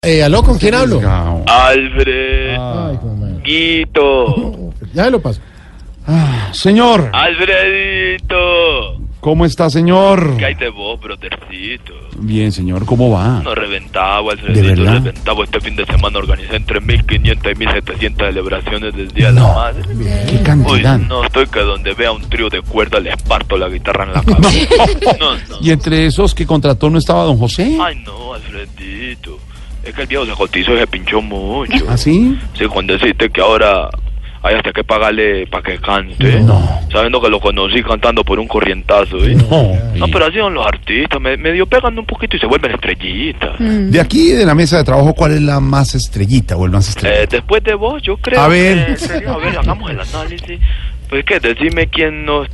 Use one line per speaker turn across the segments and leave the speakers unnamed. Eh, aló, ¿con quién hablo?
Ah.
Ay,
Alfredito,
hijo de madre. Ya se lo paso.
Señor,
Alfredito,
¿cómo está, señor?
¿qué hay de vos, brotercito?
Bien, señor, ¿cómo va?
Nos reventaba, Alfredito,
verdad?
reventaba este fin de semana. Organizé entre 1500 y 1700 celebraciones del Día de la
No.
Madre.
¿Qué
¿eh? Uy,
cantidad?
no estoy que donde vea un trío de cuerda le esparto la guitarra en la cabeza. No, no.
¿Y entre esos que contrató no estaba don José?
Ay, no, Alfredito. Es que el viejo se cotizó y se pinchó mucho.
¿Así?
Sí, cuando deciste que ahora hay hasta que pagarle para que cante.
No.
Sabiendo que lo conocí cantando por un corrientazo, ¿eh? No, pero así son los artistas. me- Medio pegan un poquito y se vuelven estrellitas.
Mm.
De aquí, de la mesa de trabajo, ¿cuál es la más estrellita o el más
Eh,
estrellita?
después de vos, yo creo.
A ver.
que- que- a ver, hagamos el análisis. Pues que decime quién no.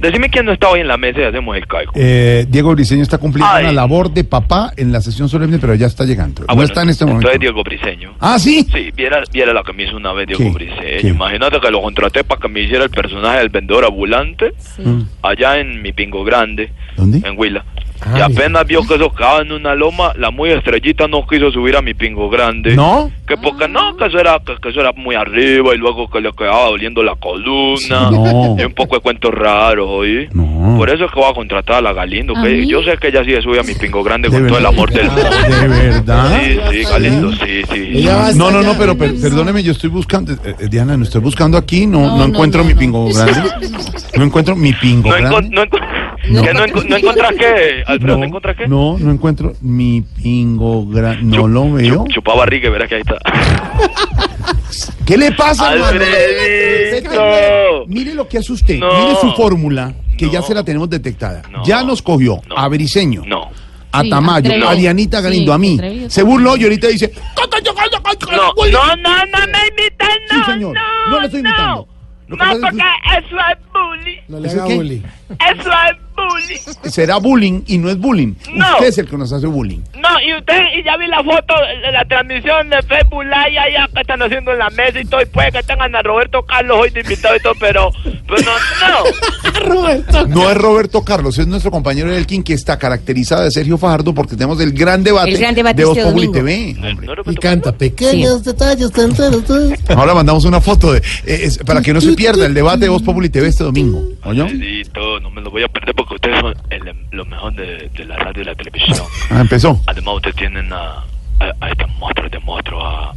Decime quién no está hoy en la mesa y hacemos el cálculo.
Eh, Diego Briseño está cumpliendo
Ay.
la labor de papá en la sesión solemne, pero ya está llegando.
Ah,
no
bueno,
está en este momento.
Entonces Diego Briseño.
¿Ah, sí?
Sí, viera, viera la que me hizo una vez Diego
¿Qué?
Briseño.
¿Qué?
Imagínate que lo contraté para que me hiciera el personaje del vendedor ambulante
Mm.
allá en mi pingo grande.
¿Dónde?
en Huila.
Ah,
y apenas vio que eso quedaba en una loma, la muy estrellita no quiso subir a mi pingo grande.
¿No?
Que porque no, que eso, era, que, que eso era muy arriba y luego que le quedaba doliendo la columna.
Sí, no.
Y un poco de cuentos raros, oí.
No.
Por eso es que voy a contratar a la Galindo.
¿A
que
mí?
yo sé que ella sí sube a mi pingo grande
¿De
con todo el
verdad?
amor del mundo.
¿De verdad?
Sí, sí, Galindo, sí, sí.
Ella va hasta
No, no, no,
allá.
pero per- perdóneme, yo estoy buscando, eh, eh, Diana, no estoy buscando aquí, no, no,
no,
encuentro
no,
mi
no.
pingo grande. No encuentro mi pingo
No,
grande.
encon- no, encon- ¿Que no, enco- no encontrás qué, Alfredo? ¿No, encontrás qué?
No, no encuentro mi pingo gran... No
Chup-
lo veo.
chup- Chupa barriga, y verás que ahí está.
¿Qué le pasa, hermano?
¡Alfredito!
Mire lo que hace usted.
No.
Mire su fórmula, que ya
No.
se la tenemos detectada.
No.
Ya nos cogió
No.
a Briseño,
No.
a
Sí,
Tamayo,
atrevido.
a Dianita
Sí,
Galindo, a mí.
atrevido.
Se burló y ahorita dice...
No, no, no, no me imitan,
Sí,
no.
señor.
No,
No le estoy imitando. Lo
No,
que pasa
no
es que-
porque eso es bullying.
No le
¿Ese
haga
qué?
bullying.
Eso es bullying.
Será bullying y no es bullying.
No.
Usted es el que nos hace bullying.
No, y usted, y ya vi la foto de la transmisión de Facebook Live allá que están haciendo en la mesa y todo, y puede que tengan a Roberto Carlos hoy de invitado y todo, pero, pero no, no.
Roberto.
No es Roberto Carlos, es nuestro compañero Elkin que está caracterizado de Sergio Fajardo porque tenemos el gran debate,
El gran debate
de Voz
este
Populi
domingo.
TV.
No,
Y
Roberto
canta pequeños detalles tan raros.
Ahora mandamos una foto de, eh, es- para que no se pierda el debate de Voz Populi TV este domingo. ¿Oyó?
Alfredito, no me lo voy a perder porque ustedes son el- lo mejor de, de la radio y la televisión.
Ah, empezó.
Además, ustedes tienen a, a, a este monstruo, este monstruo, a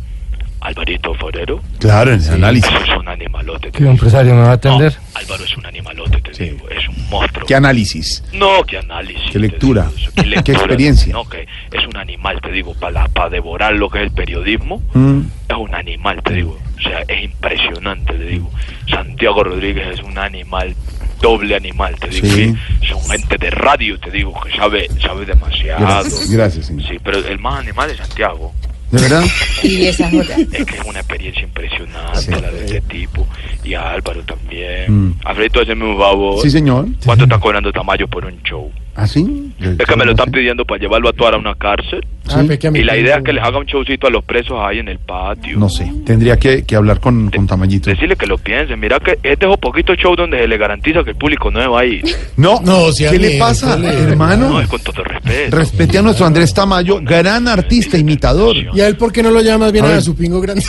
Alvarito Forero.
Claro, en el análisis.
Eso es un animalote. te
¿Qué
digo.
empresario me va a atender?
No, Álvaro es un animalote, te
Sí.
digo. Es un monstruo.
¿Qué análisis?
no, qué análisis.
Qué
te
lectura.
digo.
Qué experiencia.
No, que es un animal, te digo, para, para devorar lo que es el periodismo.
Mm.
Es un animal, te digo. O sea, es impresionante, te digo. Santiago Rodríguez es un animal, doble animal, te digo.
Sí.
que Son gente de radio, te digo, que sabe, sabe demasiado.
Gracias, gracias, señor.
Sí, pero el más animal es Santiago.
¿De verdad?
Y esa es otra.
Es que es una experiencia impresionante
Sí.
la de este tipo. Y a Álvaro también.
Mm.
Alfredo, hazme un favor.
Sí, señor. ¿Ah,
¿Cuánto está cobrando Tamayo por un show?
¿Así?
Es que me lo están pidiendo para llevarlo a actuar a una cárcel.
Ah, pero que a mí
Y la
me
idea es
gusta.
que les haga un showcito a los presos ahí en el patio.
No sé, tendría que, que hablar con, con Tamayito.
Decirle que lo piensen. Mira que este es un poquito show donde se le garantiza que el público no se va a ir.
No,
No, sí,
¿qué le
Ale,
pasa,
Ale.
No,
hermano?
es con todo respeto.
Respete a nuestro Andrés Tamayo, gran artista, imitador.
¿Y a él por qué no lo llamas bien
A
a,
ver.
su pingo grande?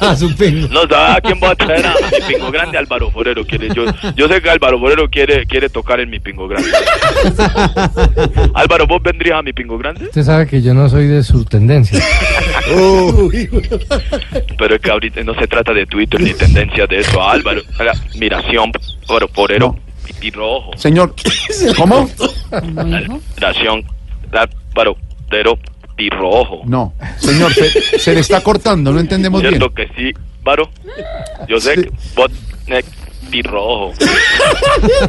a su pingo.
No sabe a quién va a traer a mi pingo grande Álvaro Forero quiere yo yo sé que Álvaro Forero quiere quiere tocar en mi pingo grande Álvaro vos vendrías a mi pingo grande
Usted sabe que yo no soy de su tendencia.
Uy, güey.
pero es que ahorita no se trata de Twitter ni tendencia de eso Álvaro Haga miración Álvaro Forero
No.
y rojo
Señor, ¿cómo?
¿Cómo dijo?
miración Álvaro Forero y rojo
No, señor, se, se le está cortando, no entendemos bien.
cierto que sí Álvaro yo sé
Sí.
que vos eh, y rojo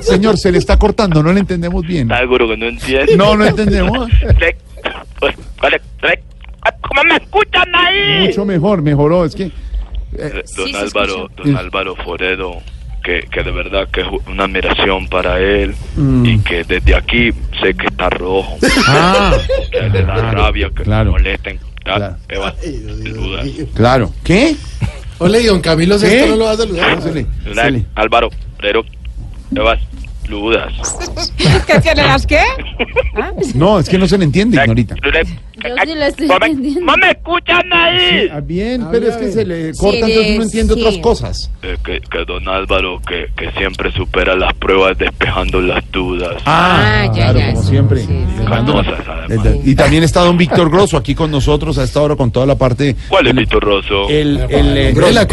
Señor, se le está cortando, no le entendemos bien.
¿Estás seguro que no entiendes?
No, no entendemos.
Trec, pues, vale, trec. Ah, ¿Cómo me escuchan ahí?
Mucho mejor, mejoró, es que...
Eh, Don
Sí, se
Álvaro,
escucha.
don Álvaro Foredo, que, que de verdad que es una admiración para él
Mm.
y que desde aquí sé que está rojo,
Ah,
que le da rabia, que
claro.
le molesten, tal,
Claro.
que va, sin duda.
claro. ¿Qué?
Ole, y don Camilo
¿Qué?
Sesto no lo va a
Ah,
saludar.
Se le-
Don
se le-
Álvaro Forero, te vas, dudas.
¿Qué tiene las qué?
No, es que no se le entiende, ignorita.
Trec, trec,
Yo sí lo estoy
¿No me-
entendiendo.
¿No me escuchan ahí?
Ah, bien, pero es que se le corta,
Sí,
entonces uno entiende
sí.
otras cosas.
Eh, que, que don Álvaro, que, que siempre supera las pruebas despejando las dudas.
Ah, ya,
claro,
ya,
como
sí,
siempre.
sí, sí.
Dejando-
Canosas, además.
El- Y también está don Víctor Grosso aquí con nosotros a esta hora con toda la parte.
¿Cuál es Víctor Rosso?
El, el, eh,
Grosso.
el experto en la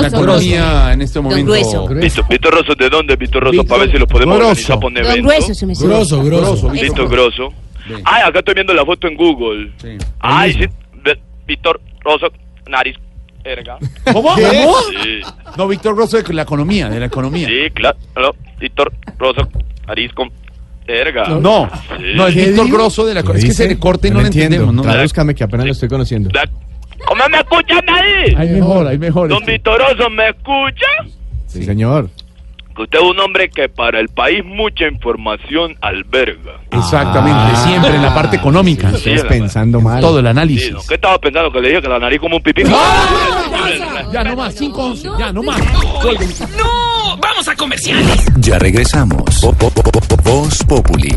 Grosso,
economía en este momento.
Grueso.
Víctor, Víctor Rosso, ¿de dónde? Víctor Rosso,
Víctor
para ver si lo podemos
Grosso.
organizar para un
Don
evento.
Grueso se me sube.
Grosso, grosso.
Grosso.
Víctor Grosso.
Ven.
Ay, acá estoy viendo la foto en Google.
Sí.
Ay, sí. Ve- Víctor Rosso, nariz. Erga.
¿Cómo?
¿Qué?
¿Cómo?
Sí,
No, Víctor Grosso de la economía, de la economía.
sí, claro. Víctor Rosso, nariz con. Erga.
No,
Sí.
no, es
¿Qué
Víctor
digo?
Grosso de la
¿Qué
economía. Es que
dice?
se le corta y no, lo entendemos. ¿no?
Tradúzcame que apenas lo estoy conociendo.
Da- ¿Cómo me escuchan ahí?
Hay mejor, hay mejor.
Don
este.
Víctor Rosso, ¿me escucha?
Sí, señor.
Que usted es un hombre que para el país mucha información alberga.
Exactamente,
Ah.
siempre en la parte económica.
Sí,
Estás
la-
pensando mal.
Todo el
Sí,
análisis.
¿no? ¿Qué estaba pensando? Que le dije que la nariz como un pipí.
Ya no más, 5 11, ya no más.
Ya regresamos. Po- po- po- po- po- Voz Populi.